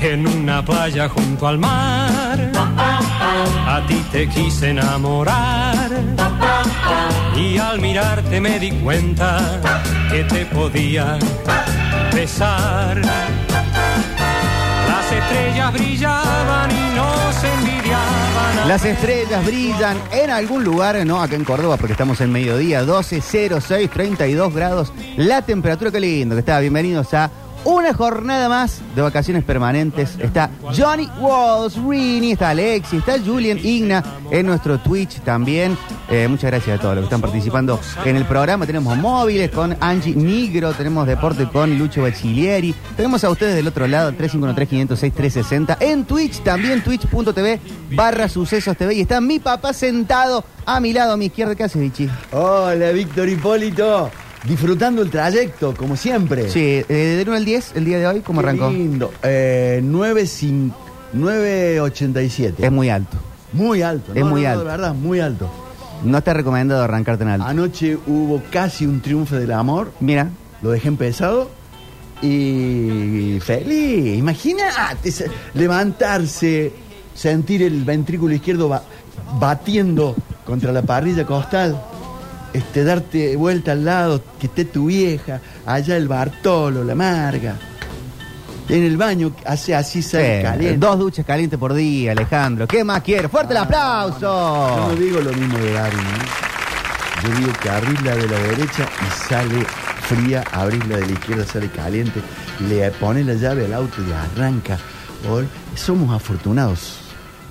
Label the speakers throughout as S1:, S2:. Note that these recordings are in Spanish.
S1: en una playa junto al mar. A ti te quise enamorar y al mirarte me di cuenta que te podía besar. Las estrellas brillaban y nos envidiaban.
S2: Las estrellas brillan en algún lugar, no acá en Córdoba, porque estamos en mediodía, 12, 06, 32 grados. La temperatura, qué lindo que está. Bienvenidos a una jornada más de vacaciones permanentes. Está Johnny Walls, Rini, está Alexi, está Julian Igna en nuestro Twitch también. Eh, muchas gracias a todos los que están participando en el programa. Tenemos móviles con Angie Nigro, tenemos deporte con Lucho Bachilieri. Tenemos a ustedes del otro lado, 3513-506-360. En Twitch, también twitch.tv barra sucesos TV. Y está mi papá sentado a mi lado, a mi izquierda. ¿Qué haces, Vichy?
S3: Hola, Víctor Hipólito. Disfrutando el trayecto, como siempre.
S2: Sí, eh, del 1 al 10, el día de hoy, ¿cómo
S3: Qué
S2: arrancó?
S3: Lindo. Eh, 9.5 9.87.
S2: Es muy alto.
S3: muy alto.
S2: es muy alto.
S3: De verdad, muy alto.
S2: No está recomendado arrancar tan
S3: Ah,
S2: alto.
S3: Anoche hubo casi un triunfo del amor.
S2: Mira,
S3: Lo dejé empezado. Y feliz. Imagínate se- levantarse, sentir el ventrículo izquierdo ba- batiendo contra la parrilla costal. Este, darte vuelta al lado, que esté tu vieja, allá el Bartolo, la Marga. En el baño hace así sale
S2: sí,
S3: caliente.
S2: dos duchas calientes por día, Alejandro. ¿Qué más quiere? ¡Fuerte el
S3: Yo
S2: aplauso!
S3: Ah, no digo lo mismo de Darín, Yo digo que abrirla de la derecha y sale fría, abrirla de la izquierda sale caliente, le pones la llave al auto y arranca. Ol- Somos afortunados.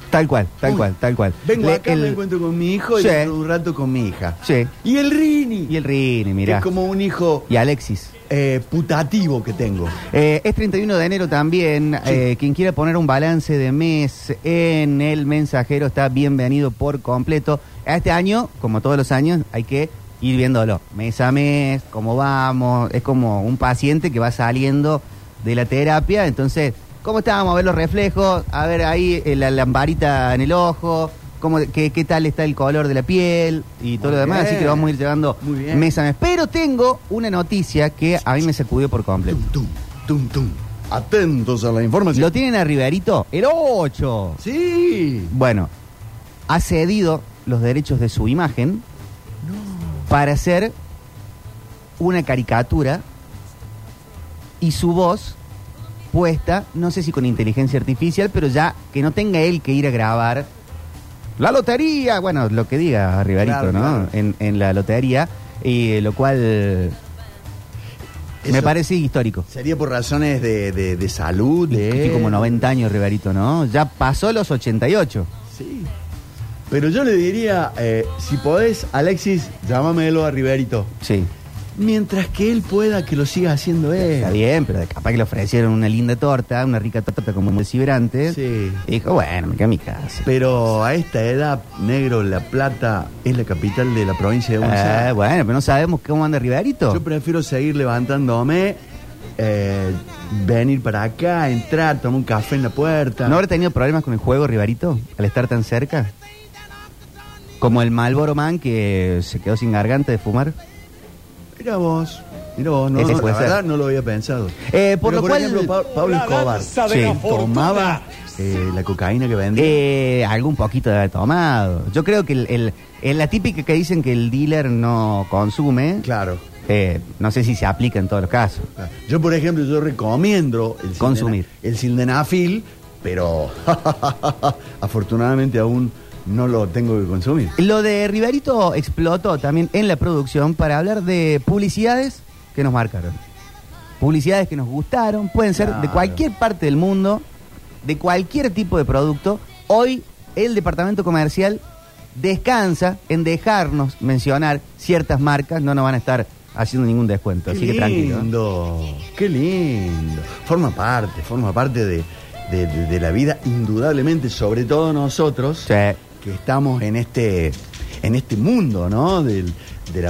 S2: Tal cual, tal
S3: Uy,
S2: cual, tal cual.
S3: Vengo
S2: Le-
S3: acá,
S2: el-
S3: me encuentro con mi hijo
S2: Sí.
S3: y dentro de un rato con mi hija.
S2: Sí.
S3: Y el Rini,
S2: Y el Rini,
S3: que
S2: mirá.
S3: es como un hijo
S2: Y Alexis.
S3: eh, putativo que tengo.
S2: Eh, es 31 de enero también. Eh, quien quiera poner un balance de mes en el mensajero está bienvenido por completo. Este año, como todos los años, hay que ir viéndolo mes a mes, cómo vamos. Es como un paciente que va saliendo de la terapia. Entonces, ¿cómo estábamos? A ver los reflejos, a ver ahí eh, la lamparita en el ojo. Cómo, qué, qué tal está el color de la piel y todo
S3: Muy
S2: lo demás, así
S3: bien.
S2: que lo vamos a ir llevando
S3: Muy bien.
S2: mes a mes. Pero tengo una noticia que a mí me sacudió por completo.
S3: Tum, tum, tum, tum. Atentos a la información.
S2: Lo tienen a Riverito, el 8.
S3: Sí.
S2: Bueno, ha cedido los derechos de su imagen para hacer una caricatura y su voz puesta, no sé si con inteligencia artificial, pero ya que no tenga él que ir a grabar la lotería, bueno, lo que diga Riverito,
S3: Claro,
S2: ¿no?
S3: claro.
S2: En, en la lotería, y eh, lo cual me
S3: Eso
S2: parece histórico.
S3: Sería por razones de, de- de salud,
S2: Y que
S3: de...
S2: tiene como 90 años Riverito, ¿no? Ya pasó los 88.
S3: Sí. Pero yo le diría, eh, si podés, Alexis, llámamelo a Riverito.
S2: Sí.
S3: Mientras que él pueda, que lo siga haciendo
S2: Está
S3: él.
S2: bien, pero capaz que le ofrecieron una linda torta, una rica torta como muy ciberante.
S3: Sí.
S2: Y dijo, bueno, me quedo en mi casa.
S3: Pero a esta edad, negro, La Plata es la capital de la provincia de Buenos
S2: Ah,
S3: Aires.
S2: bueno, pero no sabemos cómo anda Riverito.
S3: Yo prefiero seguir levantándome, eh, venir para acá, entrar, tomar un café en la puerta.
S2: ¿No habrá tenido problemas con el juego Riverito al estar tan cerca? Como el Malboro Man que se quedó sin garganta de fumar.
S3: Mira vos, mira vos, no,
S2: Ese
S3: no,
S2: puede
S3: la
S2: ser.
S3: verdad no lo había pensado.
S2: Eh, por
S3: Pero,
S2: lo cual-
S3: ejemplo, Pa- Pablo
S1: La
S3: Escobar
S1: danza de
S2: Sí,
S1: la fortuna.
S3: tomaba eh, la cocaína que vendía.
S2: Eh, algún poquito de haber tomado. Yo creo que el, el- el- la típica que dicen que el dealer no consume,
S3: Claro.
S2: eh, no sé si se aplica en todos los casos.
S3: Yo, por ejemplo, yo recomiendo el
S2: Consumir.
S3: sildena- el sildenafil, pero afortunadamente aún no lo tengo que consumir.
S2: Lo de Riverito explotó también en la producción para hablar de publicidades que nos marcaron. Publicidades que nos gustaron, pueden ser de
S3: Claro.
S2: cualquier parte del mundo, de cualquier tipo de producto. Hoy el departamento comercial descansa en dejarnos mencionar ciertas marcas, no nos van a estar haciendo ningún descuento, así que tranquilo. ¿eh?
S3: lindo, qué lindo. Forma parte, forma parte de, de- de- de la vida, indudablemente, sobre todo nosotros,
S2: Sí.
S3: que estamos en este, en este mundo, ¿no? Del- de, la,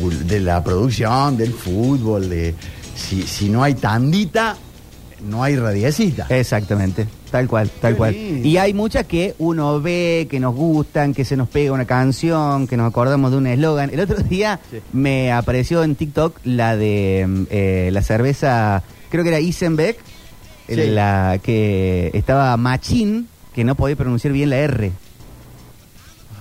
S3: pul- de la producción, del fútbol, de si, si no hay tandita, no hay radiecita.
S2: Exactamente, tal cual, tal
S3: Qué
S2: cual.
S3: lindo.
S2: Y hay muchas que uno ve, que nos gustan, que se nos pega una canción, que nos acordamos de un eslogan. El otro día
S3: Sí.
S2: me apareció en TikTok la de mm, eh, la cerveza, creo que era Isenbeck,
S3: Sí.
S2: la que estaba Machín, que no podía pronunciar bien la R.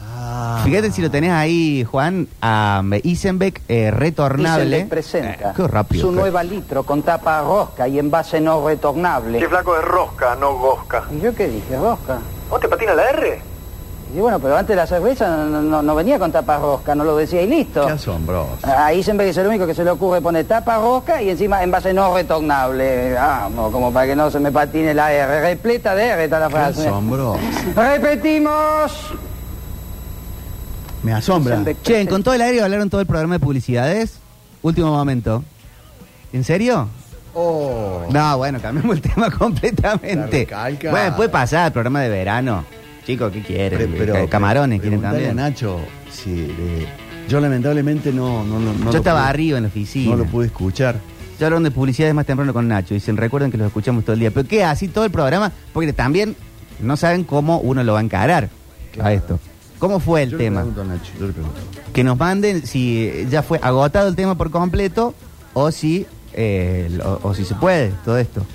S3: Ah.
S2: Fíjate si lo tenés ahí, Juan, a Isenbeck eh, retornable.
S4: Diesel presenta
S2: Eh, qué rápido.
S4: su nueva litro con tapa rosca y envase no retornable.
S5: Che flaco es rosca, no gosca.
S4: ¿Y yo qué dije? ¿Rosca?
S5: ¿Vos te patina la R?
S4: Y bueno, pero antes la cerveza no, no- no venía con tapa rosca, no lo decía y listo.
S3: Qué asombroso.
S4: Ahí siempre es el único que se le ocurre poner tapa rosca y encima envase no retornable. Vamos, como para que no se me patine la R. Repleta de R está la
S3: Qué
S4: frase.
S3: asombroso.
S4: Repetimos.
S3: Me asombra.
S2: Che, con todo el aire hablaron todo el programa de publicidades. Último momento. ¿En serio?
S3: Oh.
S2: No, bueno, cambiamos el tema completamente.
S3: Está recalcada.
S2: Bueno, puede pasar el programa de verano. Chicos, ¿qué quieren?
S3: Pre- pero-
S2: Eh, Camarones
S3: pre-
S2: quieren
S3: preguntale
S2: también.
S3: a Nacho, si le- yo lamentablemente no, no, no- no
S2: Yo
S3: lo
S2: estaba
S3: pude-
S2: arriba en la oficina.
S3: No lo pude escuchar.
S2: Ya hablaron de publicidades más temprano con Nacho. Dicen, recuerden que los escuchamos todo el día. Pero ¿qué? Así todo el programa. Porque también no saben cómo uno lo va a encarar a esto. ¿Cómo fue el
S3: Yo le
S2: tema?
S3: pregunto a Nacho, yo le pregunto.
S2: Que nos manden si eh, ya fue agotado el tema por completo o si, eh, lo- o si se puede todo esto.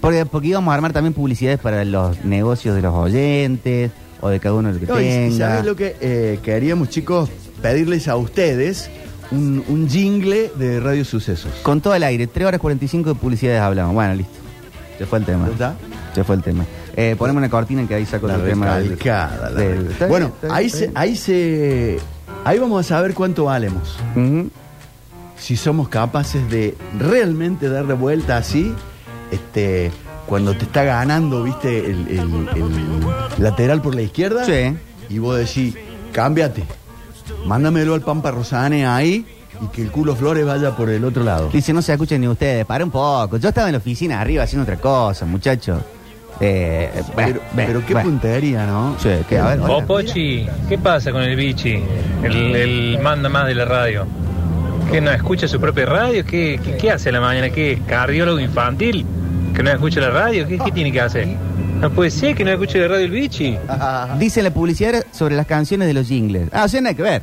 S2: Porque, porque íbamos a armar también publicidades para los negocios de los oyentes o de cada uno lo que
S3: No, y- y
S2: tenga.
S3: ¿Sabes lo que eh, queríamos, chicos? Pedirles a ustedes un, un jingle de Radio Sucesos.
S2: Con todo el aire, 3 horas 45 de publicidades hablamos. Bueno, listo. Se fue el tema.
S3: ¿Ya está?
S2: Se fue el tema. Eh, ponemos una cortina que ahí saco
S3: La
S2: el tema. del-
S3: recalcada, la
S2: del-
S3: recalcada.
S2: Está bien,
S3: Bueno,
S2: está bien,
S3: ahí
S2: está
S3: se,
S2: bien.
S3: ahí se. Ahí vamos a saber cuánto valemos.
S2: Ujú.
S3: Si somos capaces de realmente darle vuelta así, este. Cuando te está ganando, viste, el, el- el lateral por la izquierda.
S2: Sí.
S3: Y vos decís, cámbiate. Mándamelo al Pampa Rosane ahí y que el culo Flores vaya por el otro lado.
S2: Dice, no se escuchen ni ustedes, para un poco. Yo estaba en la oficina arriba haciendo otra cosa, muchachos. Eh,
S3: Pero, pero qué
S2: punto
S3: puntería, ¿no?
S2: Sí, que, a ver, hola.
S6: Vos, Pochi, ¿qué pasa con el bichi? El, el manda más de la radio. ¿Que no escucha su propia radio? ¿Qué, qué, qué hace a la mañana? ¿Qué es cardiólogo infantil? ¿Que no escucha la radio? ¿Qué, qué tiene que hacer? No puede ser que no escuche la radio el bichi.
S2: Dice la publicidad era sobre las canciones de los jingles. Ah, o sea, nada que ver.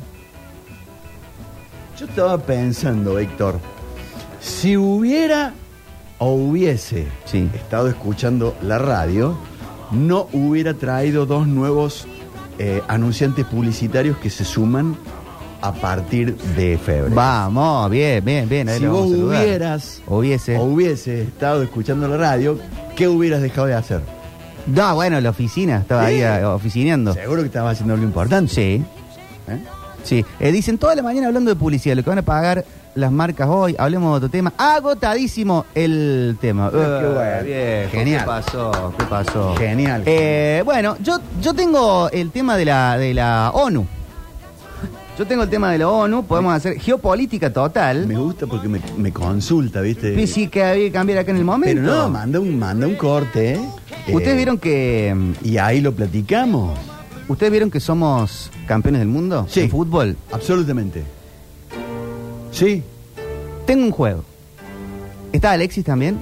S3: Yo estaba pensando, Héctor, si hubiera o hubiese
S2: Sí.
S3: estado escuchando la radio, no hubiera traído dos nuevos eh, anunciantes publicitarios que se suman a partir de febrero.
S2: Vamos, bien, bien, bien. ahí
S3: si
S2: lo
S3: vos
S2: vamos a saludar.
S3: hubieras
S2: Hubiese.
S3: o hubiese estado escuchando la radio, ¿qué hubieras dejado de hacer?
S2: No, bueno, la oficina, estaba
S3: Sí.
S2: ahí ah, oficineando.
S3: Seguro que estabas haciendo algo importante.
S2: Sí,
S3: ¿eh?
S2: sí. Eh, dicen toda la mañana hablando de publicidad, lo que van a pagar las marcas hoy, hablemos de otro tema. Agotadísimo el tema.
S3: qué
S2: Eh,
S3: bueno.
S2: viejo,
S3: Genial.
S2: ¿Qué pasó? ¿Qué pasó?
S3: Genial.
S2: Eh, bueno, yo, yo tengo el tema de la, de la ONU. Yo tengo el tema de la ONU, podemos hacer geopolítica total.
S3: Me gusta porque me, me consulta, ¿viste?
S2: Sí, sí, que había que cambiar acá en el momento.
S3: Pero no, manda un, manda un corte. ¿eh?
S2: Ustedes
S3: Eh,
S2: vieron que mm,
S3: Y ahí lo platicamos.
S2: ustedes vieron que somos campeones del mundo
S3: Sí.
S2: en fútbol.
S3: Absolutamente. Sí.
S2: Tengo un juego. ¿Está Alexis también?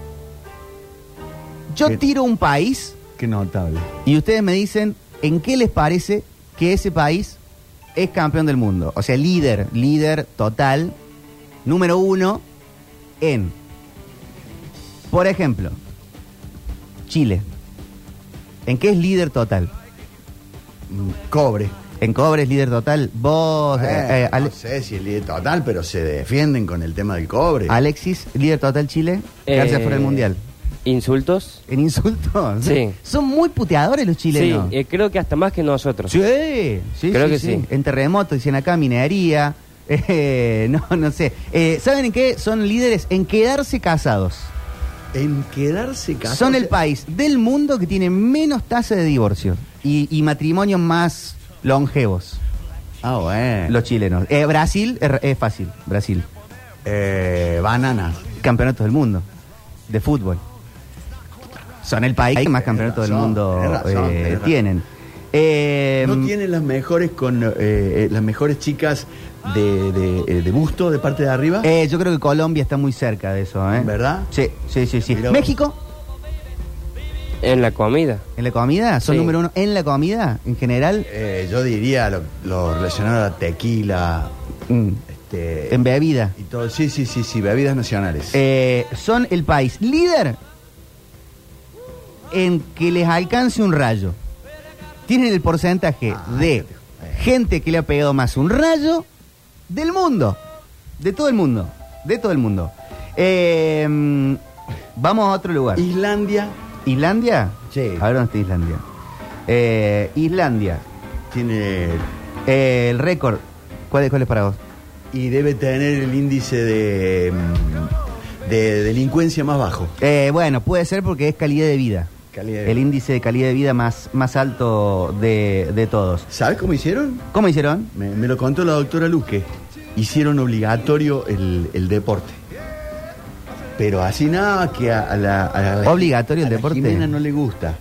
S2: Yo
S3: Bien.
S2: tiro un país
S3: Qué notable.
S2: y ustedes me dicen en qué les parece que ese país es campeón del mundo. O sea, líder, líder total, número uno en, por ejemplo, Chile. ¿En qué es líder total?
S3: Mm, Cobre.
S2: En cobre es líder total. Vos, eh, eh,
S3: Eh,
S2: Ale-
S3: no sé si el líder total, pero se defienden con el tema del cobre.
S2: Alexis, líder total Chile. Gracias por el mundial.
S7: ¿Insultos?
S2: En insultos.
S7: Sí.
S2: Son muy puteadores los chilenos.
S7: Sí, eh, creo que hasta más que nosotros.
S2: Sí, sí,
S7: Creo que sí.
S2: En terremoto, dicen acá, minería. Eh, no, no sé. Eh, ¿Saben en qué son líderes? En quedarse casados.
S3: En quedarse casados.
S2: Son el país del mundo que tiene menos tasa de divorcio y, y matrimonios más longevos,
S3: Ah, bueno.
S2: los chilenos. Eh, Brasil es, es fácil, Brasil.
S3: Eh, bananas.
S2: Campeonatos del mundo de fútbol. Son el país que más campeonatos del
S3: razón,
S2: mundo
S3: tenés razón,
S2: eh,
S3: tenés razón.
S2: tienen. Eh,
S3: No tienen las mejores con eh, eh, las mejores chicas de, de, eh, de busto de parte de arriba.
S2: Eh, yo creo que Colombia está muy cerca de eso, ¿eh?
S3: ¿Verdad?
S2: Sí, sí, sí, sí.
S3: Mirá vos.
S2: México,
S7: En la comida.
S2: en la comida, son
S7: Sí.
S2: número uno en la comida, en general,
S3: Eh, yo diría lo, lo relacionado a la tequila.
S2: mm,
S3: Este,
S2: en Eh- bebida.
S3: Y todo, sí, sí, sí, sí, bebidas nacionales.
S2: Eh, son el país líder en que les alcance un rayo, tienen el porcentaje
S3: Ah,
S2: de gente que le ha pegado más un rayo del mundo. De todo el mundo. De todo el mundo. Eh, vamos a otro lugar.
S3: Islandia
S2: ¿Islandia?
S3: Sí.
S2: A ver dónde está Islandia. Eh, Islandia.
S3: tiene
S2: Eh, el récord. ¿Cuál, es- ¿Cuál es para vos?
S3: y debe tener el índice de, mm, de delincuencia más bajo.
S2: Eh, bueno, puede ser porque es calidad de vida.
S3: Calidad de
S2: El
S3: vida.
S2: índice de calidad de vida más, más alto de, de todos.
S3: ¿Sabes cómo hicieron?
S2: ¿Cómo hicieron?
S3: Me, me lo contó la doctora Luque. Hicieron obligatorio el, el deporte. Pero así nada que a, a la, a la-
S2: ¿Obligatorio el
S3: a la
S2: deporte?
S3: Jimena no le gusta.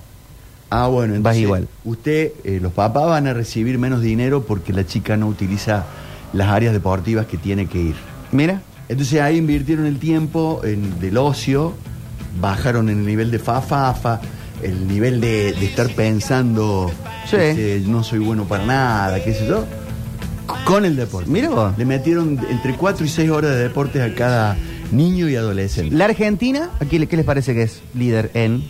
S3: Ah, bueno, entonces
S2: Vas igual.
S3: usted, eh, los papás van a recibir menos dinero porque la chica no utiliza las áreas deportivas que tiene que ir.
S2: Mira.
S3: Entonces ahí invirtieron el tiempo en- del ocio, bajaron el nivel de fafafa, el nivel de, de estar pensando,
S2: Sí.
S3: este, no soy bueno para nada, qué sé yo, con el deporte.
S2: Mira vos.
S3: Le metieron entre 4 y 6 horas de deportes a cada niño y adolescente.
S2: ¿La Argentina? ¿A quién le- ¿Qué les parece que es líder en,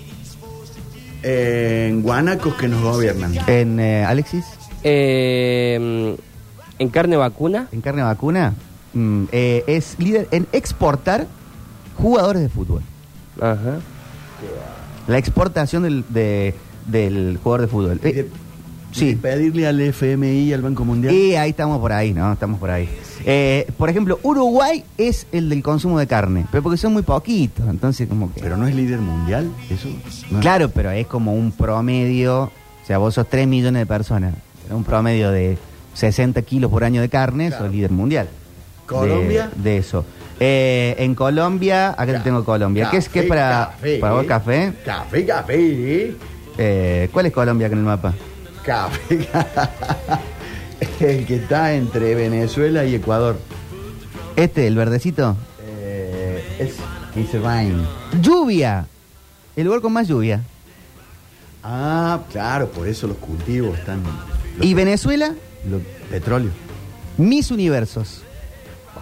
S3: Eh, en guanacos que nos gobiernan.
S2: en eh, Alexis?
S7: Eh, en carne vacuna,
S2: ¿En carne vacuna? Mm, eh, es líder en exportar jugadores de fútbol.
S7: ajá.
S2: La exportación del, de- del jugador de fútbol.
S3: Y
S2: Eh,
S3: de-
S2: sí.
S3: y de pedirle al FMI, al Banco Mundial.
S2: Y ahí estamos por ahí, ¿no? Estamos por ahí. Eh, por ejemplo, Uruguay es el del consumo de carne, pero porque son muy poquitos, entonces como que...
S3: Pero no es líder mundial, eso. No.
S2: Claro, pero es como un promedio, o sea, vos sos 3 millones de personas, pero un promedio de 60 kilos por año de carne, sos líder mundial. de-
S3: Colombia.
S2: De, eso. Eh, en Colombia, acá te tengo Colombia. ¿Qué es, qué es para,
S3: Café, eh.
S2: para vos café?
S3: Café, café, ¿eh?
S2: Eh, ¿Cuál es Colombia acá en el mapa?
S3: Café. El que está entre Venezuela y Ecuador.
S2: Este, el verdecito.
S3: Eh, es Israel.
S2: Lluvia. El lugar con más lluvia.
S3: Ah, claro, por eso los cultivos están. los-
S2: Y Venezuela,
S3: los petróleo.
S2: Mis Universos.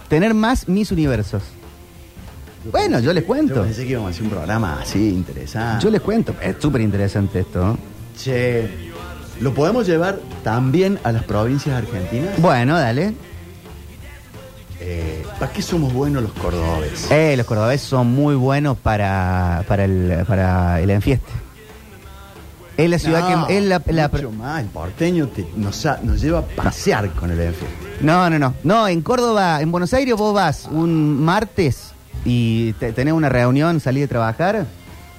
S2: Tener más Mis Universos. Bueno, yo les
S3: Yo
S2: cuento.
S3: pensé que íbamos a hacer un programa así, interesante.
S2: Yo les cuento. Es súper interesante esto. ¿no?
S3: Che, ¿lo podemos llevar también a las provincias argentinas?
S2: Bueno, dale.
S3: Eh, ¿Para qué somos buenos los cordobeses?
S2: Eh, los cordobeses son muy buenos para, para, el, para el enfieste. Es la ciudad
S3: No,
S2: que... es la- la-
S3: mucho más, el porteño te- nos, ha- nos lleva a pasear con el enfieste.
S2: no, no, no. No, en Córdoba, en Buenos Aires vos vas un martes y te- tenés una reunión, salís de trabajar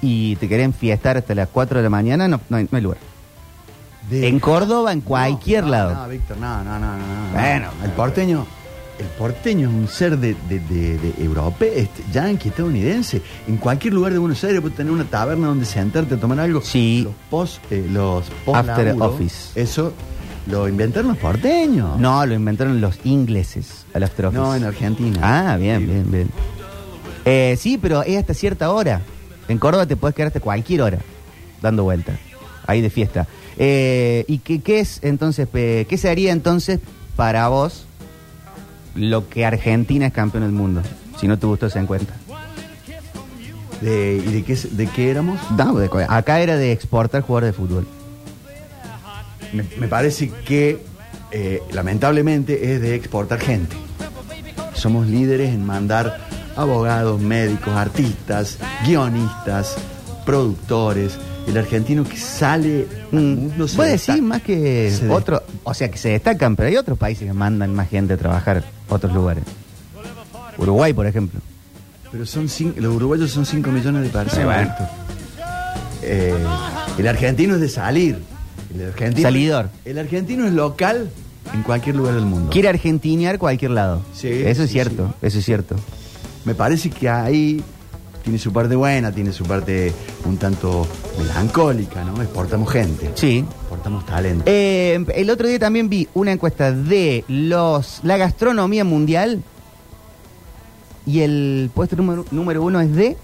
S2: y te querés enfiestar hasta las 4 de la mañana, no, no hay- no hay lugar.
S3: De-
S2: En Córdoba, en cualquier
S3: No, no,
S2: lado.
S3: No, Víctor, no, no, no, no, no.
S2: Bueno,
S3: el porteño, el porteño es un ser de, de, de, de europeo, este, yankee, estadounidense. En cualquier lugar de Buenos Aires puedes tener una taberna donde sentarte a tomar algo.
S2: Sí.
S3: Los post, eh, los post
S2: After
S3: laburo,
S2: office.
S3: Eso lo inventaron los porteños.
S2: No, lo inventaron los ingleses a las trofes.
S3: No, en Argentina.
S2: Ah, bien,
S3: Sí.
S2: bien, bien. Eh, sí, pero es hasta cierta hora. En Córdoba te puedes quedar hasta cualquier hora dando vuelta, ahí de fiesta. Eh, ¿Y qué, qué es entonces, pe- qué sería entonces para vos lo que Argentina es campeón del mundo? Si no te gustó esa encuesta.
S3: De- ¿Y de qué, es- de qué éramos?
S2: No, de co- acá era de exportar jugadores de fútbol.
S3: Me, me parece que eh, lamentablemente es de exportar gente. Somos líderes en mandar abogados, médicos, artistas, guionistas, productores. El argentino que sale mm, al mundo se
S2: Puede
S3: destaca.
S2: decir Mm, más que
S3: Se destaca.
S2: otro, o sea que se destacan, pero hay otros países que mandan más gente a trabajar a otros lugares. Uruguay, por ejemplo.
S3: Pero son cin- los uruguayos son 5 millones de
S2: Sí,
S3: personas.
S2: bueno.
S3: Víctor. Eh, el argentino es de salir. El argentino,
S2: Salidor.
S3: El argentino es local en cualquier lugar del mundo.
S2: Quiere argentinear cualquier lado.
S3: Sí,
S2: eso es
S3: sí,
S2: cierto, eso es cierto.
S3: Me parece que ahí tiene su parte buena, tiene su parte un tanto melancólica, ¿no? Exportamos gente.
S2: Sí.
S3: Exportamos talento.
S2: Eh, el otro día también vi una encuesta de los la gastronomía mundial y el puesto número, número uno es de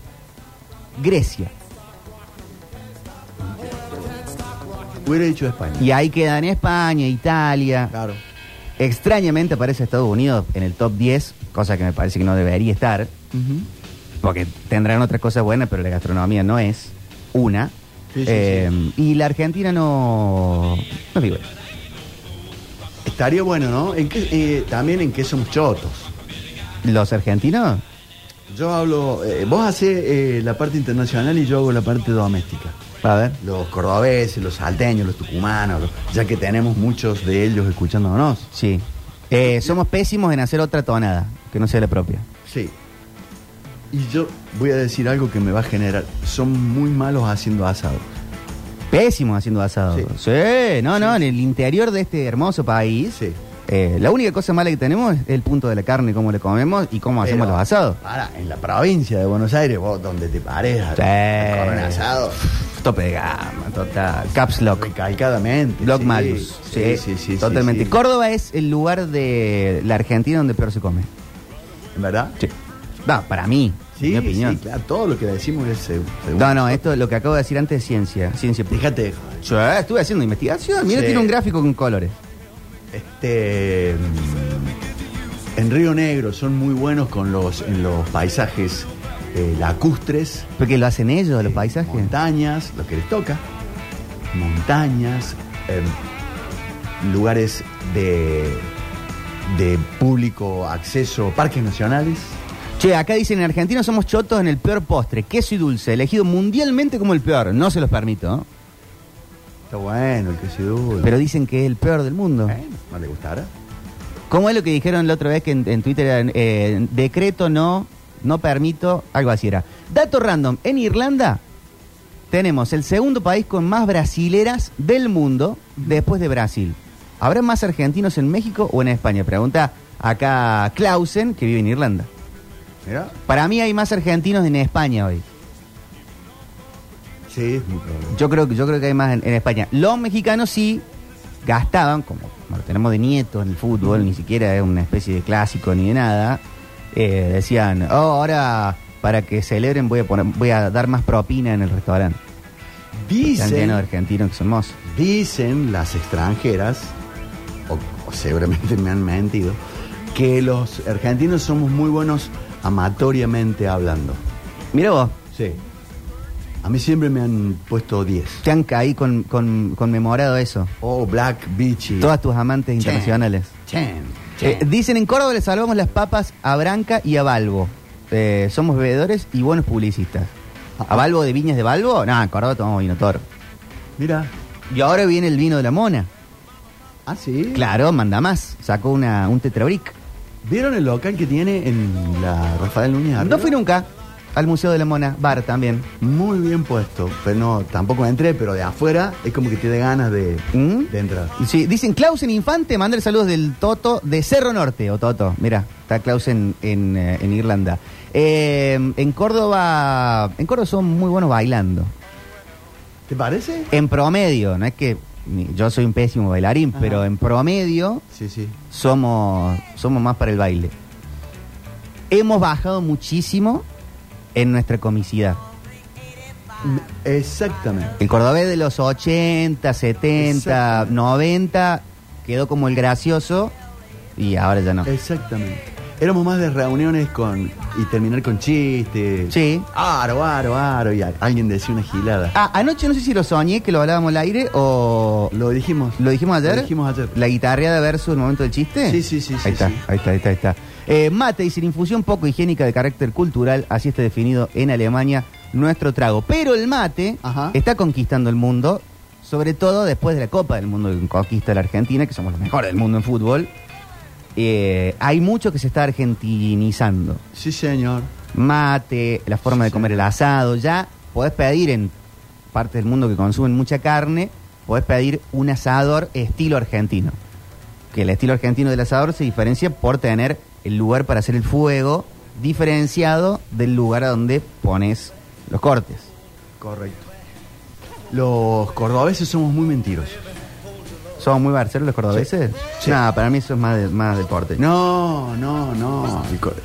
S2: Grecia.
S3: Hubiera dicho España.
S2: Y ahí quedan España, Italia.
S3: Claro.
S2: Extrañamente aparece Estados Unidos en el top 10, cosa que me parece que no debería estar, porque tendrán otras cosas buenas, pero la gastronomía no es una.
S3: Sí, sí,
S2: Eh, Y la Argentina no, no figura.
S3: Estaría bueno, ¿no? ¿En qué- eh, también en qué somos chotos.
S2: ¿Los argentinos?
S3: Yo hablo, eh, vos haces eh, la parte internacional y yo hago la parte doméstica.
S2: A ver.
S3: Los cordobeses, los salteños, los tucumanos, los- ya que tenemos muchos de ellos escuchándonos.
S2: Sí. Eh, somos pésimos en hacer otra tonada, que no sea la propia.
S3: Sí. Y yo voy a decir algo que me va a generar. Son muy malos haciendo asado.
S2: Pésimos haciendo asado. Sí,
S3: Sí.
S2: no, no, en el interior de este hermoso país.
S3: Sí.
S2: eh, la única cosa mala que tenemos es el punto de la carne, cómo la comemos y cómo hacemos
S3: Pero,
S2: los asados.
S3: Ahora, en la provincia de Buenos Aires, vos donde te pares, a-
S2: Sí.
S3: a comer asado.
S2: Tope de gama, total. Caps Lock.
S3: Recalcadamente.
S2: Block
S3: sí.
S2: Malus.
S3: Sí, sí, sí. sí,
S2: Totalmente.
S3: sí.
S2: Córdoba es el lugar de la Argentina donde peor se come.
S3: ¿Verdad?
S2: Sí. Va, para mí.
S3: Sí,
S2: mi opinión.
S3: sí, claro, todo lo que decimos es eh, seg- seguro.
S2: No, no, esto lo que acabo de decir antes es ciencia. Ciencia pura.
S3: Fíjate, de joder.
S2: Yo eh, estuve haciendo investigación. Mira,
S3: Sí.
S2: tiene un gráfico con colores.
S3: este mm, en Río Negro son muy buenos con los en los paisajes eh, lacustres,
S2: Porque lo hacen ellos, los paisajes.
S3: montañas, lo que les toca, montañas, eh, lugares de de público acceso, parques nacionales.
S2: Che, acá dicen en Argentina somos chotos en el peor postre, queso y dulce, elegido mundialmente como el peor. No se los permito, ¿no?
S3: Está bueno el que se duda.
S2: pero dicen que es el peor del mundo.
S3: ¿No le gustará?
S2: ¿Cómo es lo que dijeron la otra vez que en, en Twitter era, eh, decreto no, no permito, algo así era? Dato random, en Irlanda tenemos el segundo país con más brasileras del mundo después de Brasil. ¿Habrá más argentinos en México o en España? Pregunta acá Clausen, que vive en Irlanda.
S3: Mira,
S2: Para mí hay más argentinos en España hoy.
S3: sí, es muy probable.
S2: Yo creo, que- yo creo que hay más en, en España. Los mexicanos sí gastaban, como lo tenemos de nieto en el fútbol, ni siquiera es una especie de clásico ni de nada. eh, decían, oh, ahora para que celebren voy a, poner, voy a dar más propina en el restaurante. Están llenos de
S3: Dicen,
S2: argentinos que son mozos.
S3: dicen las extranjeras, o, o seguramente me han mentido, que los argentinos somos muy buenos amatoriamente hablando.
S2: Mira vos,
S3: Sí. A mí siempre me han puesto 10.
S2: te han caído con, con- conmemorado eso.
S3: Oh, Black Beachy.
S2: Todas tus amantes internacionales.
S3: Chen,
S2: Eh,
S3: chen.
S2: dicen en Córdoba le salvamos las papas a Branca y a Balbo. Eh, somos bebedores y buenos publicistas. ¿A Balbo de Viñas de Balbo? No, en Córdoba tomamos vino toro.
S3: Mira.
S2: Y ahora viene el vino de la mona.
S3: Ah, sí.
S2: Claro, manda más. Sacó una, un tetrabric.
S3: ¿Vieron el local que tiene en la Rafael Núñez?
S2: No
S3: arriba?
S2: fui nunca al Museo de la Mona, bar también.
S3: Muy bien puesto. Pero no, tampoco entré, pero de afuera es como que te da ganas de,
S2: ¿Mm?
S3: de entrar.
S2: Sí, dicen Clausen Infante, mandar saludos del Toto de Cerro Norte, o Toto, mira, está Clausen en, eh, en Irlanda. Eh, en Córdoba, en Córdoba son muy buenos bailando.
S3: ¿Te parece?
S2: En promedio, no es que ni- yo soy un pésimo bailarín,
S3: Ajá.
S2: pero en promedio
S3: Sí, sí.
S2: somos, somos más para el baile. Hemos bajado muchísimo en nuestra comicidad.
S3: Exactamente.
S2: El cordobés de los 80, 70,
S3: Exactamente.
S2: 90 quedó como el gracioso y ahora ya no.
S3: Eh. Exactamente. Éramos más de reuniones con y terminar con chistes.
S2: Sí.
S3: Aro, aro, aro. Y a- alguien decía una gilada.
S2: Ah, anoche no sé si lo soñé, que lo hablábamos al aire o...
S3: Lo dijimos.
S2: ¿Lo dijimos ayer?
S3: Lo dijimos ayer.
S2: ¿La guitarreada versus el momento del chiste?
S3: Sí, sí, sí,
S2: Ahí
S3: sí,
S2: está,
S3: sí.
S2: ahí está, ahí está, ahí está. Eh, mate y sin infusión poco higiénica de carácter cultural, así está definido en Alemania nuestro trago. Pero el mate
S3: Ajá.
S2: está conquistando el mundo, sobre todo después de la Copa del Mundo que conquista la Argentina, que somos los mejores del mundo en fútbol. Eh, hay mucho que se está argentinizando.
S3: Sí, señor.
S2: Mate, la forma de
S3: Sí.
S2: comer el asado, ya podés pedir en partes del mundo que consumen mucha carne, podés pedir un asador estilo argentino. Que el estilo argentino del asador se diferencia por tener el lugar para hacer el fuego diferenciado del lugar a donde pones los cortes.
S3: Correcto. Los cordobeses somos muy mentirosos.
S2: ¿Son muy barceros los cordobeses?
S3: Sí.
S2: No, para mí eso es más, de- más deporte.
S3: No, no, no. El cor-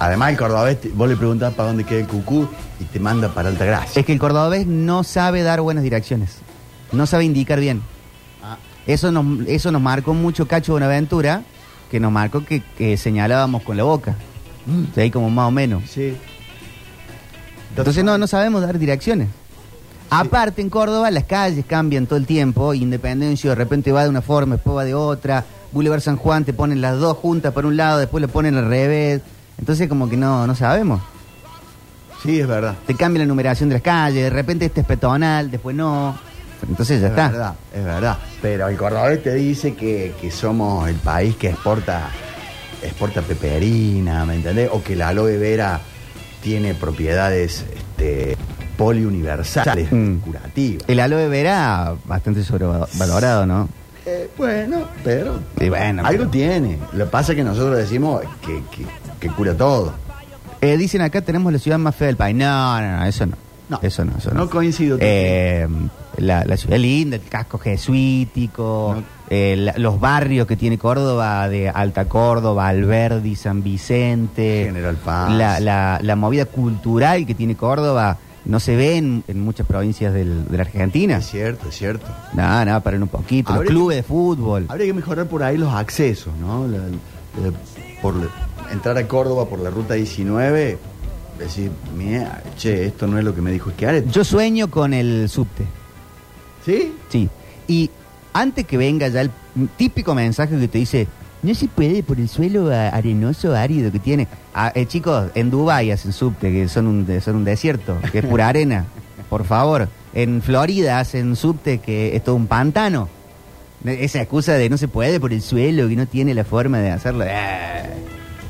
S3: Además, el cordobés, te- vos le preguntás para dónde queda el cucú y te manda para Altagracia.
S2: Es que el cordobés no sabe dar buenas direcciones. No sabe indicar bien.
S3: Ah.
S2: Eso nos, eso nos marcó mucho Cacho Bonaventura, que nos marcó que, que señalábamos con la boca. De ahí como más o menos.
S3: Sí.
S2: Entonces no, no sabemos dar direcciones. Aparte, en Córdoba las calles cambian todo el tiempo. Independencia de repente va de una forma, después va de otra. Boulevard San Juan te ponen las dos juntas por un lado, después le ponen al revés. Entonces como que no, no sabemos.
S3: Sí, es verdad.
S2: Te cambia la numeración de las calles, de repente este es peatonal, después no. Entonces ya
S3: es
S2: está.
S3: verdad, es verdad. Pero el cordobés te dice que, que somos el país que exporta exporta peperina, ¿me entendés? O que la aloe vera tiene propiedades este, poliuniversales,
S2: Mm.
S3: curativas.
S2: El aloe vera, bastante sobrevalorado, ¿no?
S3: Eh, bueno, pero
S2: Sí, bueno,
S3: algo
S2: pero-
S3: tiene. Lo que pasa es que nosotros decimos que, que- que cura todo.
S2: Eh, dicen acá tenemos la ciudad más fea del país. No, no, no, eso no.
S3: No.
S2: eso no. Eso no.
S3: No coincido
S2: Eh, la, la ciudad linda, el casco jesuítico,
S3: No.
S2: eh, la- los barrios que tiene Córdoba, de Alta Córdoba, Alberdi, San Vicente.
S3: General Paz.
S2: Eh, La, la- la movida cultural que tiene Córdoba no se ve en, en muchas provincias del- de la Argentina.
S3: Es cierto, es cierto.
S2: No, no, paren un poquito. Los
S3: Habría-
S2: clubes de fútbol.
S3: Habría que mejorar por ahí los accesos, ¿no? La- la- por la- entrar a Córdoba por la ruta 19, decir, mira, che, esto no es lo que me dijo Schiaretti.
S2: Yo sueño con el subte.
S3: ¿Sí?
S2: Sí. Y antes que venga ya el típico mensaje que te dice, no se puede por el suelo a- arenoso, árido que tiene. Ah, eh, chicos, en Dubái hacen subte, que son un, de- son un desierto, que es pura arena. Por favor. En Florida hacen subte, que es todo un pantano. Ne- Esa excusa de no se puede por el suelo, que no tiene la forma de hacerlo. Eh,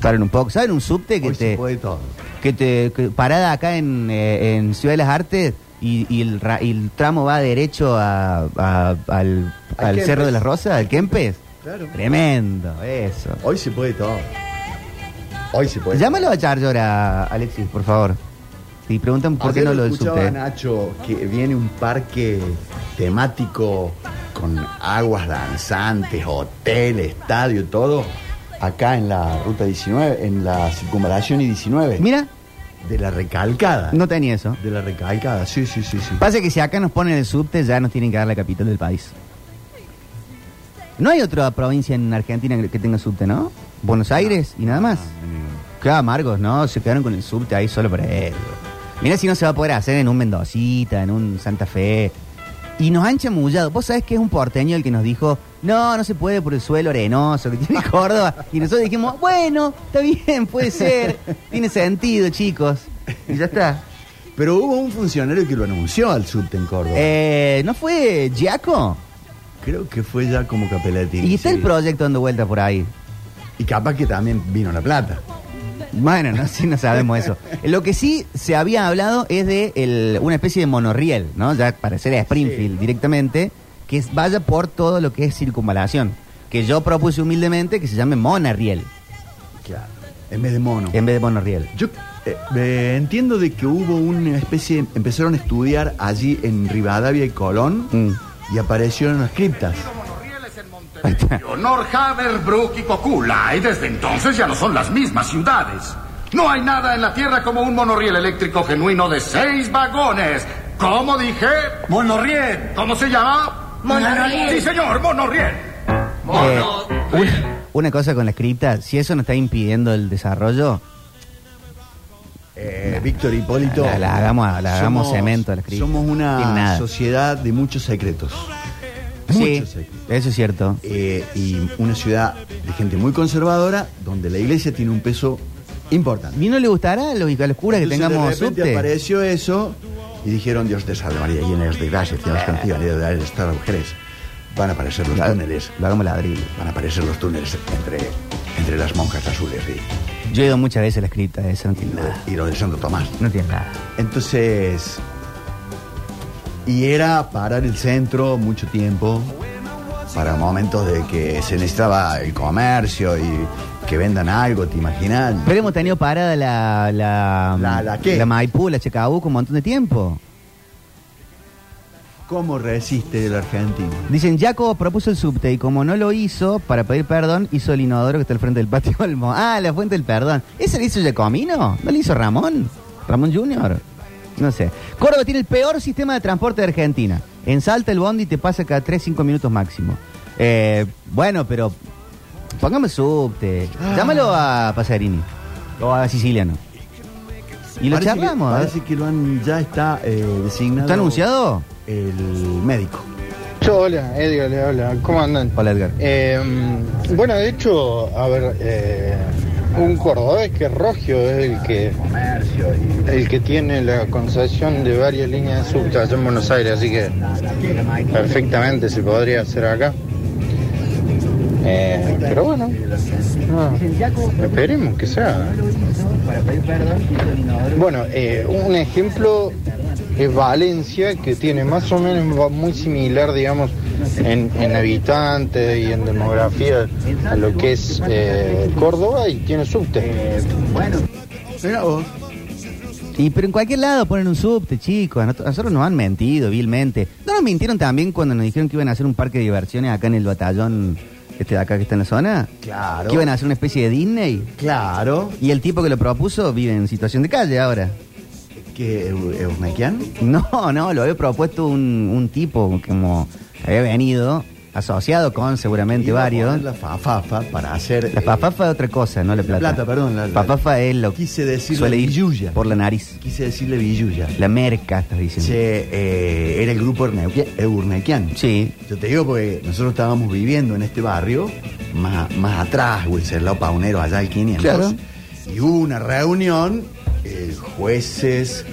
S2: paren un poco. ¿Saben un subte que
S3: Hoy se
S2: te
S3: puede todo.
S2: que te que parada acá en, eh, en Ciudad de las Artes y, y el, ra- y el tramo va derecho a- a- al,
S3: Al
S2: al
S3: Kempes.
S2: Cerro de las Rosas, al Kempes.
S3: Claro.
S2: Tremendo, eso.
S3: Hoy se puede todo. Hoy se puede.
S2: Llámalo a Charger a Alexis, por favor. Y preguntan por qué
S3: Ayer
S2: no lo del
S3: escuchaba a
S2: subte.
S3: Nacho que viene un parque temático con aguas danzantes, hotel, estadio, todo, acá en la ruta 19, en la circunvalación y 19.
S2: Mira,
S3: De la recalcada.
S2: no tenía eso.
S3: De la recalcada, sí, sí, sí, sí.
S2: Pasa que si acá nos ponen el subte, ya nos tienen que dar la capital del país. No hay otra provincia en Argentina que tenga subte, ¿no? Buenos Aires y nada más. Claro, amargos, ¿no? Se quedaron con el subte ahí solo para él. Mirá si no se va a poder hacer en un Mendocita, en un Santa Fe. Y nos han chamullado. Vos sabés que es un porteño el que nos dijo, no, no se puede por el suelo arenoso que tiene Córdoba. Y nosotros dijimos, bueno, está bien, puede ser. Tiene sentido, chicos. Y ya está.
S3: Pero hubo un funcionario que lo anunció al subte en Córdoba.
S2: Eh, ¿No fue Giaco?
S3: Creo que fue ya como Capelletti.
S2: Y está
S3: sí.
S2: el proyecto dando vuelta por ahí.
S3: Y capaz que también vino la plata.
S2: Bueno, no, sí, no sabemos eso. Lo que sí se había hablado es de el- una especie de monorriel, ¿no? Ya para ser a Springfield directamente, que es- vaya por todo lo que es circunvalación. Que yo propuse humildemente que se llame monarriel
S3: Claro. En vez de mono.
S2: en vez de monorriel.
S3: Yo eh, eh, entiendo de que hubo una especie, empezaron a estudiar allí en Rivadavia y Colón
S2: Mm.
S3: y aparecieron las criptas.
S8: Honor, Haverbrook y Cocula, y desde entonces ya no son las mismas ciudades. No hay nada en la Tierra como un monorriel eléctrico genuino de seis vagones. ¿Cómo dije? Monorriel. ¿Cómo se llama? Monorriel. Sí, señor, monorriel.
S2: Eh, una, una cosa con la escrita, si eso no está impidiendo el desarrollo,
S3: Eh, Víctor Hipólito.
S2: La- la hagamos- la hagamos cemento a las criptas.
S3: Somos
S2: Sin nada.
S3: una sociedad de muchos secretos.
S2: sí,
S3: Muchos secretos.
S2: eso es cierto.
S3: Eh, y una ciudad de gente muy conservadora donde la iglesia tiene un peso importante.
S2: ¿Y no le gustará a los, a los curas que
S3: Entonces,
S2: tengamos
S3: de repente
S2: subte?
S3: apareció eso y dijeron Dios te salve María llena eres de gracia tienes canción de dar estar mujeres van a aparecer los
S2: Claro,
S3: túneles
S2: lo hagamos ladrillo.
S3: van a aparecer los túneles entre, entre las monjas azules y,
S2: Yo he ido muchas veces a la escrita, eso no tiene nada.
S3: y lo de Santo Tomás
S2: No tiene nada.
S3: entonces y era parar el centro mucho tiempo para momentos de que se necesitaba el comercio y que vendan algo te imaginas
S2: Pero hemos tenido parada la. La,
S3: ¿La- la qué?
S2: Maipú, la Chacabuco, un montón de tiempo.
S3: cómo resiste el argentino
S2: Dicen, Jaco propuso el subte y como no lo hizo, para pedir perdón, hizo el inodoro que está al frente del patio Olmo. Ah, la fuente del perdón. ¿Ese le hizo Giacomino? ¿No le hizo Ramón? ¿Ramón Junior? No sé. Córdoba tiene el peor sistema de transporte de Argentina. En Salta el bondi te pasa cada 3-5 minutos máximo. Eh, bueno, pero
S3: Ah.
S2: pongamos subte. Llámalo a Pasarini o a Siciliano. Y lo
S3: Parece que-
S2: charlamos. a ver.
S3: parece que lo han, ya está eh, designado.
S2: ¿Está anunciado?
S3: El médico.
S9: Yo, hola, Edgar, le habla. ¿Cómo andan?
S2: Hola, Edgar.
S9: Eh, bueno, de hecho, a ver, eh, un cordobés que es Rogio es el que, el que tiene la concesión de varias líneas de subte allá en Buenos Aires, así que perfectamente se podría hacer acá. Eh, pero bueno, no, esperemos que sea. ¿eh? Bueno, eh, un ejemplo es Valencia, que tiene más o menos va muy similar, digamos, en, en habitantes y en demografía a lo que es eh, Córdoba y tiene subte.
S3: Mira vos.
S2: Y pero en cualquier lado ponen un subte, chicos. A noto- a nosotros nos han mentido vilmente. ¿No nos mintieron también cuando nos dijeron que iban a hacer un parque de diversiones acá en el batallón este de acá que está en la zona?
S3: Claro.
S2: Que iban a hacer una especie de Disney.
S3: Claro.
S2: Y el tipo que lo propuso vive en situación de calle ahora.
S3: ¿Qué, Eumequian?
S2: No, no, lo había propuesto un, un tipo como había venido, asociado con seguramente
S3: Iba a
S2: varios.
S3: poner La fafafa para hacer.
S2: La
S3: eh,
S2: papafa es otra cosa, no la plata.
S3: plata, perdón, la- la-
S2: papafa es lo
S3: Quise decir
S2: suele
S3: la
S2: ir
S3: billulla.
S2: por la nariz.
S3: eh, Quise decirle Villuya.
S2: La merca, estás diciendo.
S3: Che, eh, era el grupo Erneuquia- Eurnequian.
S2: Sí.
S3: Yo te digo porque nosotros estábamos viviendo en este barrio, más, más atrás, o el Cerlao Paunero, allá al 500.
S2: Claro.
S3: Y hubo una reunión, eh, jueces,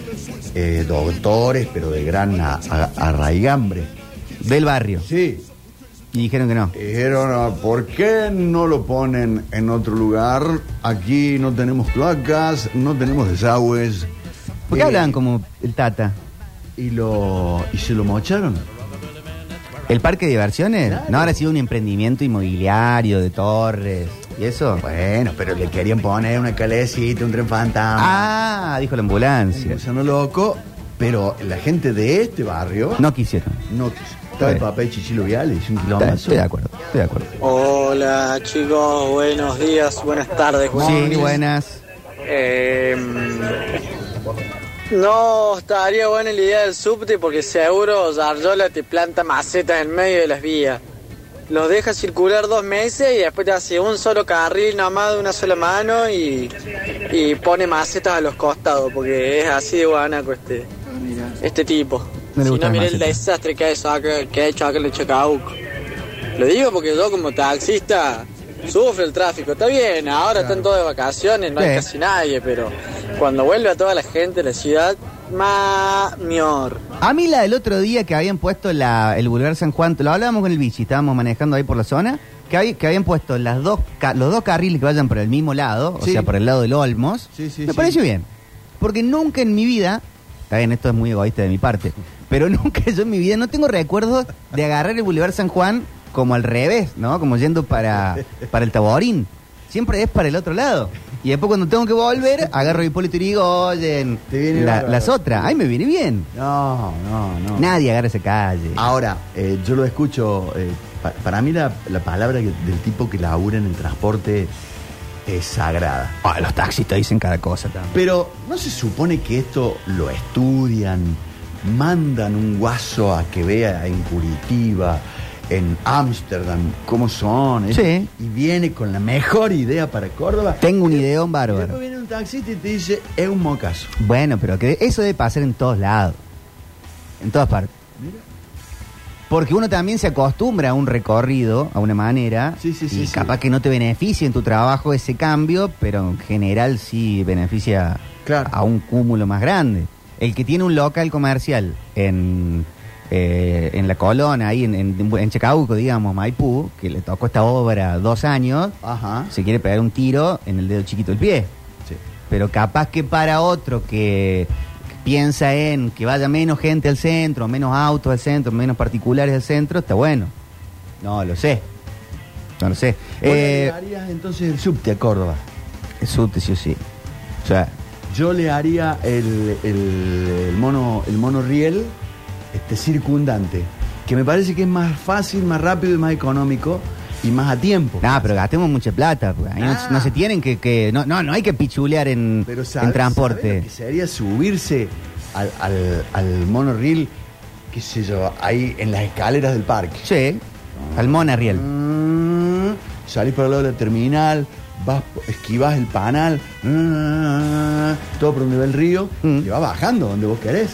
S3: eh, doctores, pero de gran a- a- arraigambre.
S2: Del barrio.
S3: Sí,
S2: Y dijeron que no.
S3: Y Dijeron, "Ah, ¿por qué no lo ponen en otro lugar? Aquí no tenemos cloacas, no tenemos desagües.
S2: ¿Por qué
S3: Eh,
S2: hablaban como el Tata?
S3: Y, lo, y se lo mocharon.
S2: ¿El parque de diversiones?
S3: Claro.
S2: No habrá sido un emprendimiento inmobiliario de torres y eso.
S3: Bueno, pero le querían poner una calecita, un tren fantasma.
S2: Ah, dijo la ambulancia.
S3: Un no loco, pero la gente de este barrio
S2: No quisieron.
S3: no quiso. Estaba el
S2: Bueno.
S3: papá de Chichilo Vial, hizo un
S2: Está-
S3: kilómetro.
S2: Estoy de acuerdo, estoy de acuerdo.
S10: Hola chicos, buenos días, buenas tardes.
S2: Sí, buenas.
S10: Eh, no estaría buena la idea del subte porque seguro Yarjola te planta macetas en medio de las vías. Los deja circular dos meses y después te hace un solo carril nomás de una sola mano y, y pone macetas a los costados porque es así de guanaco este, este tipo.
S2: No le
S10: si
S2: gustan
S10: no, mirá
S2: las
S10: el
S2: macetas.
S10: desastre que ha hecho acá- que ha hecho acá en el Chacabuco. Lo digo porque yo como taxista sufro el tráfico. Está bien, ahora están todos de vacaciones, no
S2: Sí.
S10: hay casi nadie, pero cuando vuelve a toda la gente de la ciudad, mamior.
S2: A mí la del otro día que habían puesto la, el Bulgar San Juan, lo hablábamos con el bichi, estábamos manejando ahí por la zona, que, hay- que habían puesto las dos, ca- los dos carriles que vayan por el mismo lado, o
S3: Sí.
S2: sea, por el lado del Olmos,
S3: Sí, sí,
S2: me
S3: sí.
S2: pareció bien. Porque nunca en mi vida, está bien, esto es muy egoísta de mi parte, pero nunca yo en mi vida no tengo recuerdo de agarrar el Boulevard San Juan como al revés, ¿no? Como yendo para, para el Taborín. Siempre es para el otro lado. Y después cuando tengo que volver, agarro Hipólito Yrigoyen,
S3: Te viene
S2: la-
S3: bárbaro.
S2: las otras. Ahí me viene bien.
S3: No, no, no.
S2: Nadie agarra esa calle.
S3: Ahora, eh, yo lo escucho. eh, pa- para mí, la, la palabra que- del tipo que labura en el transporte es sagrada.
S2: Ah, los taxistas dicen cada cosa también.
S3: Pero, ¿no se supone que esto lo estudian? ¿Mandan un guaso a que vea en Curitiba, en Ámsterdam, cómo son? eh?
S2: Sí.
S3: Y viene con la mejor idea para Córdoba.
S2: Tengo un ideón
S3: Y después
S2: bárbaro.
S3: viene un taxista y te dice, es un mocaso.
S2: Bueno, pero que eso debe pasar en todos lados. En todas partes. Porque uno también se acostumbra a un recorrido, a una manera,
S3: Sí, sí, sí,
S2: y
S3: sí.
S2: capaz que no te beneficie en tu trabajo ese cambio, pero en general sí beneficia
S3: Claro.
S2: a un cúmulo más grande. El que tiene un local comercial en, eh, en La Colona, ahí en, en, en Chacabuco, digamos, Maipú, que le tocó esta obra dos años,
S3: Ajá.
S2: se quiere pegar un tiro en el dedo chiquito del pie.
S3: Sí.
S2: Pero capaz que para otro que piensa en que vaya menos gente al centro, menos autos al centro, menos particulares al centro, está bueno. No lo sé. No lo sé.
S3: ¿Vos
S2: Eh,
S3: le harías entonces el subte a Córdoba?
S2: el subte sí o sí. O sea,
S3: Yo le haría el, el- el mono el mono riel este, circundante, que me parece que es más fácil, más rápido y más económico y más a tiempo.
S2: nada, pero gastemos mucha plata. porque ahí no-
S3: Ah.
S2: no, se tienen que... que- no, no, no hay que pichulear en,
S3: pero
S2: en
S3: sabe- sabe
S2: transporte.
S3: lo que sería subirse al, al, al mono riel, qué sé yo, ahí en las escaleras del parque.
S2: Sí, al Monarriel.
S3: Mm, salís por el lado de la terminal, vas, esquivas el panal. mm, Paraná, todo por donde va el río,
S2: Mm.
S3: y va bajando donde vos querés.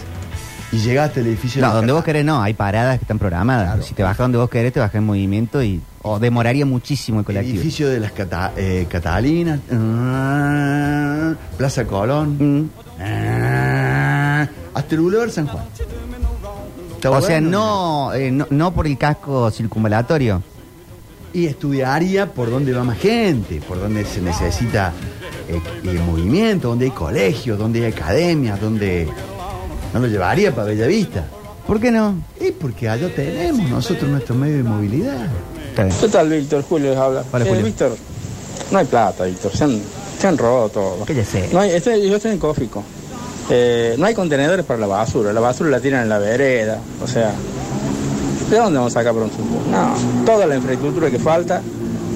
S3: Y llegaste al edificio de
S2: No,
S3: la
S2: donde
S3: Catá.
S2: vos querés no, hay paradas que están programadas. Si te bajas donde vos querés, te bajas en movimiento y o demoraría muchísimo el colectivo.
S3: Edificio de las Cata- eh, Catalinas, ah, Plaza
S2: Mm.
S3: Colón, ah, hasta el Boulevard San Juan. Está
S2: o sea,
S3: bueno,
S2: no, eh, no, no por el casco circunvalatorio.
S3: Y estudiaría por donde va más gente, por donde se necesita eh, eh, movimiento, donde hay colegios, donde hay academias, donde... No lo llevaría para Bellavista.
S2: ¿Por qué no?
S3: Y porque allá tenemos nosotros nuestro medio de movilidad.
S11: ¿Qué tal, Víctor? Julio les habla.
S3: Hola,
S11: Eh,
S3: Julio.
S11: Víctor, no hay plata, Víctor. Se han, se han robado todo.
S2: ¿Qué ya sé?
S11: No hay, este- yo estoy en Cófico. Eh, no hay contenedores para la basura. La basura la tiran en la vereda. O sea, ¿de dónde vamos a sacar pronto? No, toda la infraestructura que falta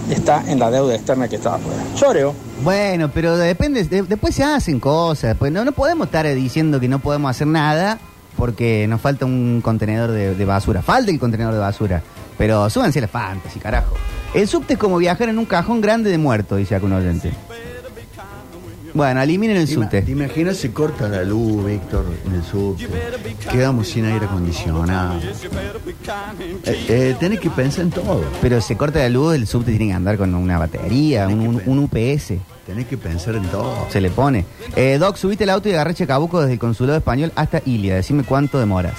S11: está en la deuda externa que está afuera. Lloreo.
S2: Bueno, pero depende, de- después se hacen cosas. Pues no, no podemos estar eh, diciendo que no podemos hacer nada porque nos falta un contenedor de, de basura. Falta el contenedor de basura. Pero súbanse las fantas y carajo. El subte es como viajar en un cajón grande de muertos, dice algún oyente. Bueno, eliminen el
S3: Ima-
S2: subte.
S3: ¿Te imaginas se corta la luz, Víctor, en el subte? Quedamos sin aire acondicionado. Eh, eh, tenés que pensar en todo.
S2: Pero se corta la luz, el subte tiene que andar con una batería, un, un- un UPS.
S3: Tenés que pensar en todo.
S2: Se le pone. Eh, Doc, subiste el auto y agarré Chacabuco desde el consulado español hasta Ilia. Decime cuánto demoras.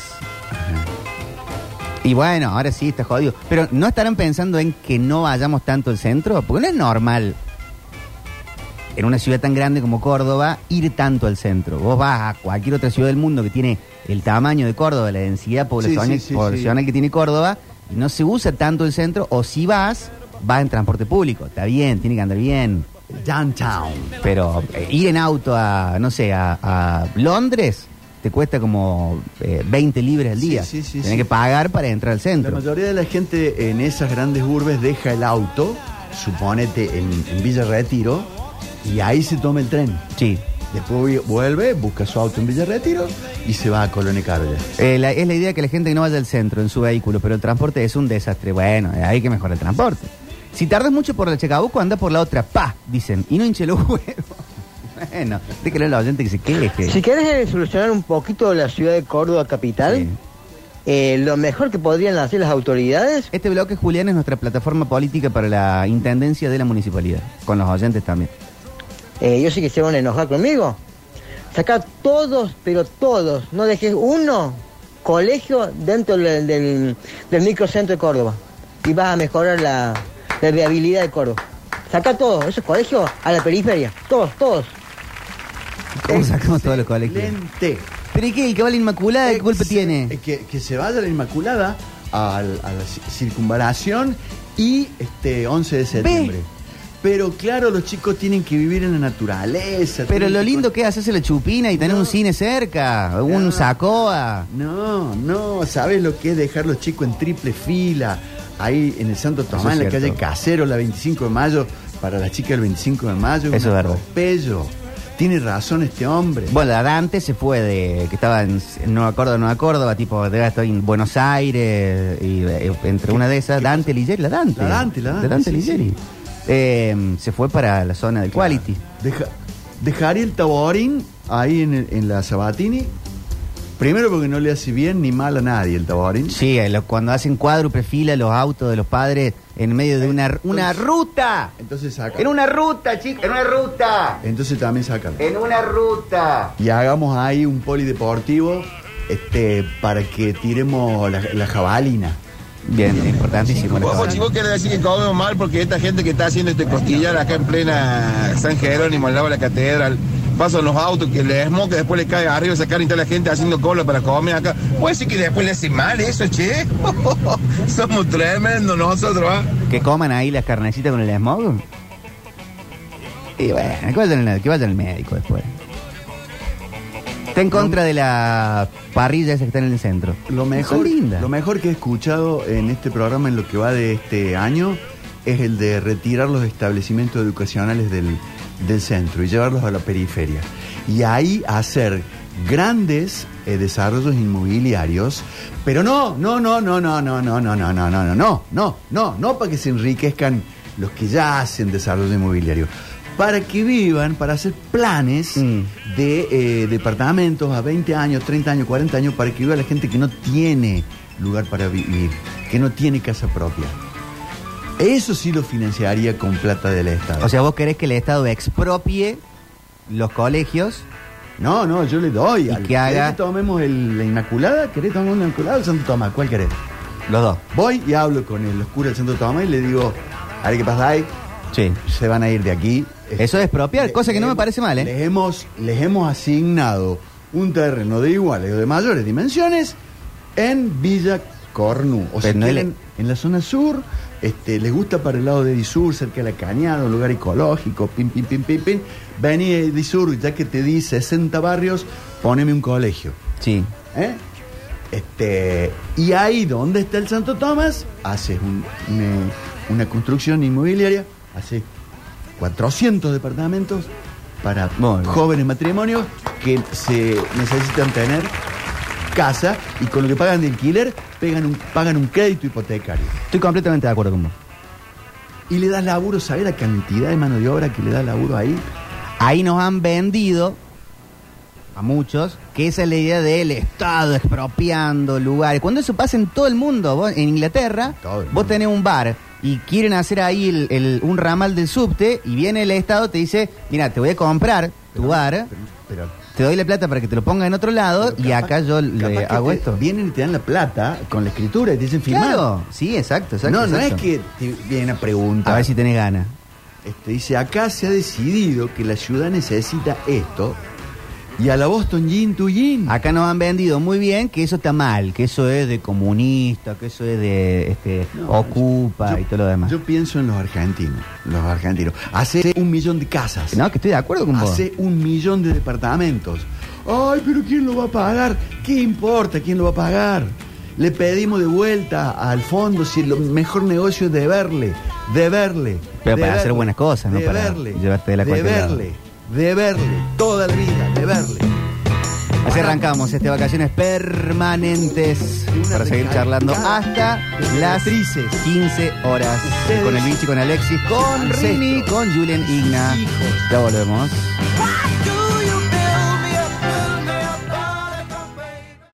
S2: Y bueno, ahora sí, está jodido. Pero ¿no estarán pensando en que no vayamos tanto al centro? Porque no es normal en una ciudad tan grande como Córdoba ir tanto al centro. Vos vas a cualquier otra ciudad del mundo que tiene el tamaño de Córdoba, la densidad poblacion-
S3: sí, sí,
S2: poblacional que tiene Córdoba, y no se usa tanto el centro, o si vas, vas en transporte público. Está bien, tiene que andar bien.
S3: Downtown.
S2: Pero eh, ir en auto a, no sé, a, a Londres te cuesta como eh, 20 libras al
S3: Sí,
S2: día.
S3: sí, sí,
S2: Tenés
S3: sí.
S2: que pagar para entrar al
S3: La
S2: centro.
S3: mayoría de la gente en esas grandes urbes deja el auto, suponete en, en Villa Retiro, y ahí se toma el tren.
S2: Sí.
S3: Después vi- vuelve, busca su auto en Villa Retiro y se va a Colonia Carolla.
S2: Eh, la- es la idea que la gente no vaya al centro en su vehículo, pero el transporte es un desastre. Bueno, eh, hay que mejorar el transporte. Si tardas mucho por el Chacabuco, anda por la otra. Pa, dicen. Y no hinche los huevos. Bueno, déjale a la gente que se queje.
S12: Si querés eh, solucionar un poquito la ciudad de Córdoba capital, eh, lo mejor que podrían hacer las autoridades
S2: Este bloque, Julián, es nuestra plataforma política para la intendencia de la municipalidad. Con los oyentes también.
S12: Eh, yo sé que se van a enojar conmigo. Sacar todos, pero todos. No dejes uno colegio dentro del, del- del microcentro de Córdoba. Y vas a mejorar la, la viabilidad de Córdoba. Saca todos esos colegios a la periferia. Todos, todos.
S2: ¿Cómo sacamos todos los colegios?
S3: Excelente.
S2: ¿Pero y qué? ¿El que va a la Inmaculada qué culpa tiene?
S3: Eh, Que, que se vaya a la Inmaculada, al- a la ci- circunvalación y este 11 de septiembre. Pero claro, los chicos tienen que vivir en la naturaleza.
S2: Pero
S3: tienen
S2: lo
S3: que
S2: lindo que es hacerse la chupina y tener un cine cerca, un sacoa.
S3: No, no, ¿sabes lo que es dejar los chicos en triple fila? Ahí en el Santo Tomás,
S2: es
S3: en la
S2: cierto.
S3: calle Casero, la 25 de mayo, para las chicas el 25 de mayo.
S2: Eso es verdad.
S3: Pello. Tiene razón este hombre.
S2: Bueno, la Dante se fue de que estaba en, en Nueva Córdoba, Nueva Córdoba, tipo, debe estar en Buenos Aires, y eh, entre una de esas, Dante Ligeri, la Dante.
S3: La Dante, la Dante, sí,
S2: Ligieri.
S3: sí.
S2: Eh, se fue para la zona de Quality.
S3: Deja, dejaría el taborín ahí en, el- en la Sabatini. Primero porque no le hace bien ni mal a nadie el taborín.
S2: Sí, eh, lo- cuando hacen cuádruple fila los autos de los padres en medio de una, una ruta.
S3: Entonces saca.
S2: En una ruta, chicos, en una ruta.
S3: Entonces también saca.
S2: En una ruta.
S3: Y hagamos ahí un polideportivo este, para que tiremos la, la jabalina.
S2: Bien, importantísimo. la
S13: Vos,
S2: cabalgata.
S13: chicos, querés decir que comemos mal porque esta gente que está haciendo este costillar acá en plena San Jerónimo, al lado de la catedral, pasan los autos que le que después le cae arriba esa carne y está la gente haciendo cola para comer acá. Pues sí que después le hace mal eso, che. Somos tremendos nosotros, ¿ah?
S2: Que coman ahí las carnecitas con el smog. Y bueno, que vayan, al- que vayan al médico después. Está en contra de la parrilla esa que está en el centro.
S3: Lo
S2: Son
S3: mejor,
S2: lindas.
S3: lo mejor que he escuchado en este programa en lo que va de este año es el de retirar los establecimientos educacionales del, del centro y llevarlos a la periferia. Y ahí hacer grandes eh, desarrollos inmobiliarios, pero no, no, no, no, no, no, no, no, no, no, no, no, no, no, no, no para que se enriquezcan los que ya hacen desarrollo inmobiliario, para que vivan, para hacer planes de eh, departamentos a 20 años, 30 años, 40 años, para que viva la gente que no tiene lugar para vivir, que no tiene casa propia. Eso sí lo financiaría con plata del Estado.
S2: O sea, vos querés que el Estado expropie los colegios.
S3: No, no, yo le doy.
S2: Y que haga.
S3: ¿Querés que tomemos el- la Inmaculada? ¿Querés tomar la Inmaculada o el Santo Tomás? ¿Cuál querés?
S2: Los dos.
S3: Voy y hablo con el oscuro del Santo Tomás y le digo, a ver qué pasa ahí.
S2: Sí.
S3: Se van a ir de aquí.
S2: Eso es expropiar, cosa que no me parece mal, ¿eh?
S3: Les hemos, les hemos asignado un terreno de iguales o de mayores dimensiones en Villa Cornu. O sea,
S2: Pero no es la-
S3: en la zona sur, este, les gusta para el lado de Edisur, cerca de la cañada, un lugar ecológico, pim, pim, pim, pim, pim. Vení a Edisur, ya que te di 60 barrios, poneme un colegio.
S2: Sí.
S3: ¿Eh? Este, y ahí donde está el Santo Tomás, haces un- una, una construcción inmobiliaria, haces 400 departamentos para jóvenes matrimonios que se necesitan tener casa y con lo que pagan de alquiler pegan un, pagan un crédito hipotecario.
S2: Estoy completamente de acuerdo con vos.
S3: Y le das laburo, ¿sabés la cantidad de mano de obra que le da laburo ahí?
S2: Ahí nos han vendido a muchos que esa es la idea del Estado expropiando lugares. Cuando eso pasa en todo el mundo, vos, en Inglaterra, vos tenés un bar y quieren hacer ahí el- el- un ramal del subte y viene el Estado, te dice, mira, te voy a comprar tu bar,
S3: Pero
S2: te doy la plata para que te lo ponga en otro lado y acá yo
S3: capaz
S2: le
S3: que
S2: hago
S3: te-
S2: esto.
S3: Vienen y te dan la plata con la escritura y te dicen firmar.
S2: Claro, sí, exacto, exacto.
S3: no, no
S2: exacto.
S3: es que te vienen a preguntar.
S2: A ver si tenés ganas.
S3: Este, dice, acá se ha decidido que la ciudad necesita esto. Y a la Boston Gin to Gin.
S2: Acá nos han vendido muy bien que eso está mal, que eso es de comunista, que eso es de este, ocupa y todo lo demás.
S3: Yo pienso en los argentinos, los argentinos. Hace un millón de casas.
S2: No, que estoy de acuerdo con vos.
S3: Hace un millón de departamentos. Ay, pero ¿quién lo va a pagar? ¿Qué importa quién lo va a pagar? Le pedimos de vuelta al fondo si el mejor negocio es deberle, deberle.
S2: Pero para
S3: deberle,
S2: hacer buenas cosas, ¿no? Para
S3: Deberle,
S2: llevarte de la cualquier lado.
S3: deberle, deberle, toda la vida, deberle.
S2: Así arrancamos este vacaciones permanentes para seguir charlando hasta las 15 horas con el Vinci, con Alexis, con Rini, con Julian Igna. Ya volvemos.
S14: Bye.